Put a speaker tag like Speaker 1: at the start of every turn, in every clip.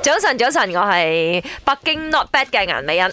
Speaker 1: 早晨，早晨，我係北京 not bad 嘅顏美欣。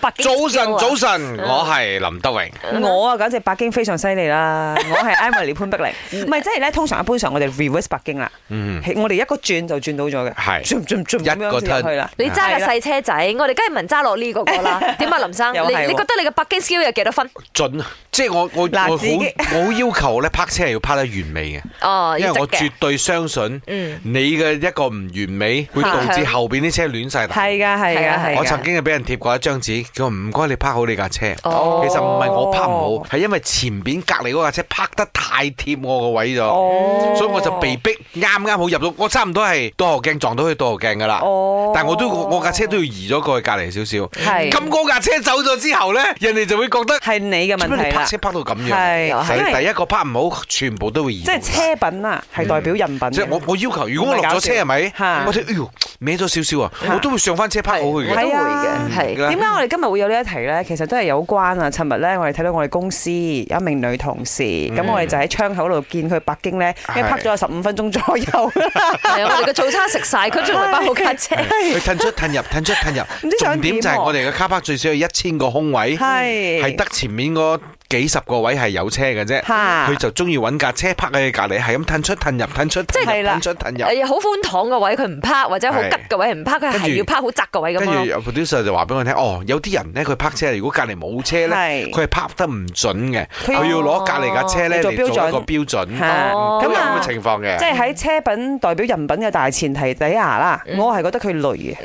Speaker 1: 北京
Speaker 2: 早晨，
Speaker 1: skill 啊
Speaker 2: 早晨，我係林德榮。
Speaker 3: 我啊，簡直北京非常犀 利啦！我係 Emily 潘碧玲，唔係即係咧，通常一般上我哋 reverse 北京啦，
Speaker 2: 嗯，
Speaker 3: 係我哋一個轉就轉到咗嘅，
Speaker 2: 係
Speaker 3: 轉轉轉咁
Speaker 2: 一個
Speaker 3: 樣先入去啦。
Speaker 1: 你揸嘅
Speaker 3: 係啦
Speaker 1: 細車仔，我哋梗係唔揸落呢個個啦。點啊，林生，你
Speaker 3: 又係喎
Speaker 1: 你覺得你嘅北京 skill 有幾多分？
Speaker 2: 準啊！即係我我
Speaker 3: 嗱
Speaker 2: 我好
Speaker 3: 自己
Speaker 2: 我好要求咧，泊車係要泊得完美嘅，
Speaker 1: 哦，
Speaker 2: 因為
Speaker 1: 要直
Speaker 2: 我絕
Speaker 1: 嘅。
Speaker 2: 對相信
Speaker 1: 嗯，
Speaker 2: 你嘅一個唔完美會導致後邊啲車亂晒
Speaker 3: 係
Speaker 2: 頭。
Speaker 3: 㗎係
Speaker 1: 係啊
Speaker 3: 㗎係㗎。
Speaker 2: 我曾經係俾人貼過一張紙，叫我唔該你泊好你架車。
Speaker 1: 哦
Speaker 2: 其實唔係我泊唔好，係因為前邊隔離嗰架車泊得太貼我個位咗，
Speaker 3: 哦
Speaker 2: 所以我就被逼啱啱好入到，我差唔多係倒後鏡撞到佢倒後鏡噶啦。
Speaker 3: 哦
Speaker 2: 但我都我架車都要移咗過去隔離少少。
Speaker 3: 係
Speaker 2: 咁嗰架車走咗之後咧，人哋就會覺得
Speaker 3: 係你嘅
Speaker 2: 做
Speaker 3: 問
Speaker 2: 咩你
Speaker 3: 題
Speaker 2: 泊
Speaker 3: 啦，
Speaker 2: 車泊到咁樣？
Speaker 3: 係
Speaker 1: 又係
Speaker 3: 因
Speaker 2: 係
Speaker 3: 為
Speaker 2: 第一個泊唔好，全部都會移。
Speaker 3: 即係車品啊，係代表人品嘅。
Speaker 2: 嗯即係我我要求，如果我落咗車係咪
Speaker 3: 唔係搞笑嚇？
Speaker 2: 我睇，哎呦，歪咗少少啊，
Speaker 3: 嚇
Speaker 2: 我都會上翻車泊好佢
Speaker 1: 我
Speaker 2: 嘅。嗯
Speaker 1: 都會
Speaker 3: 係啊
Speaker 1: 嘅，係。
Speaker 3: 點解我哋今日會有呢一題呢？其實都係有關啊！尋日呢，我哋睇到我哋公司有一名女同事，
Speaker 2: 嗯
Speaker 3: 咁、我哋就喺窗口度見佢北京呢，一拍咗十五分鐘 左右啦。
Speaker 1: 係啊，我哋嘅早餐食晒，佢仲嚟包好架車。
Speaker 2: 佢褪出褪入褪出褪入，
Speaker 3: 唔知想
Speaker 2: 重點就係
Speaker 3: 點喎
Speaker 2: 我哋嘅卡泊最少有一千個空位，
Speaker 3: 係
Speaker 2: 係得前面嗰幾十個位係有車嘅啫。
Speaker 3: 嚇
Speaker 2: 佢就中意揾架車泊喺佢隔離，係咁褪出褪入褪出，即
Speaker 3: 係啦哎
Speaker 2: 褪出褪入。
Speaker 1: 誒哎好寬敞嘅位佢唔趴，或者好急嘅位唔趴，佢
Speaker 2: 跟住
Speaker 1: 係要趴好窄嘅位咁
Speaker 2: 跟住
Speaker 1: 咯。
Speaker 2: 有 producer 就話俾我聽，哦，有啲人咧佢泊車，如果隔離冇車咧，
Speaker 3: 係
Speaker 2: 佢係泊得唔準嘅，
Speaker 3: 佢
Speaker 2: 佢要攞隔離架車咧
Speaker 3: 嚟做
Speaker 2: 嚟做
Speaker 3: 標準
Speaker 2: 一個標準，
Speaker 3: 嚇
Speaker 2: 咁
Speaker 1: 哦
Speaker 2: 有
Speaker 3: 咁
Speaker 2: 咁
Speaker 3: 啊
Speaker 2: 嘅情況嘅
Speaker 3: 即。係喺車品代表人品嘅大前提底下啦，
Speaker 1: 嗯
Speaker 3: 我係覺得佢 累嘅，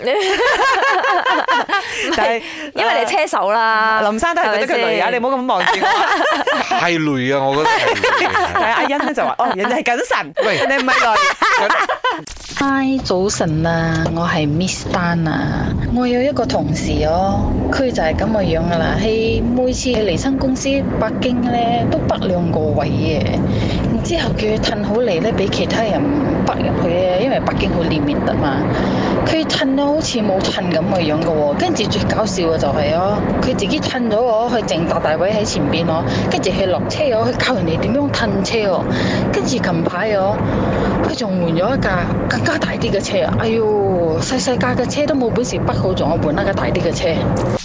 Speaker 3: 但係啊
Speaker 1: 因為你車手啦，
Speaker 2: 嗯
Speaker 3: 林生都係覺得佢累啊！
Speaker 1: 係咪先
Speaker 3: 你唔好咁望住我。啊
Speaker 2: 太累啊！我覺得係
Speaker 3: 但
Speaker 2: 累
Speaker 3: 係
Speaker 2: 啊。
Speaker 3: 阿欣咧就話：哦，人哋係謹慎，
Speaker 2: 喂
Speaker 3: 你唔係累。
Speaker 4: 嗨，早晨啊，我係 Miss Tan 啊，我有一個同事哦，佢就係咁嘅樣噶啦，佢每次嚟新公司北京咧都北兩個位嘅，然之後叫佢褪好嚟咧，俾其他人北入去咧，因為北京好連面得嘛，佢褪到好似冇褪咁嘅樣噶喎，跟住最搞笑嘅就係、哦，佢自己褪咗我，佢淨搭大位喺前邊哦，跟住佢落車哦，佢教人哋點樣褪車哦，跟住近排哦。佢仲換咗一架更加大啲嘅車啊！哎喲，細細架嘅車都冇本事北好，仲我換一架大啲嘅車。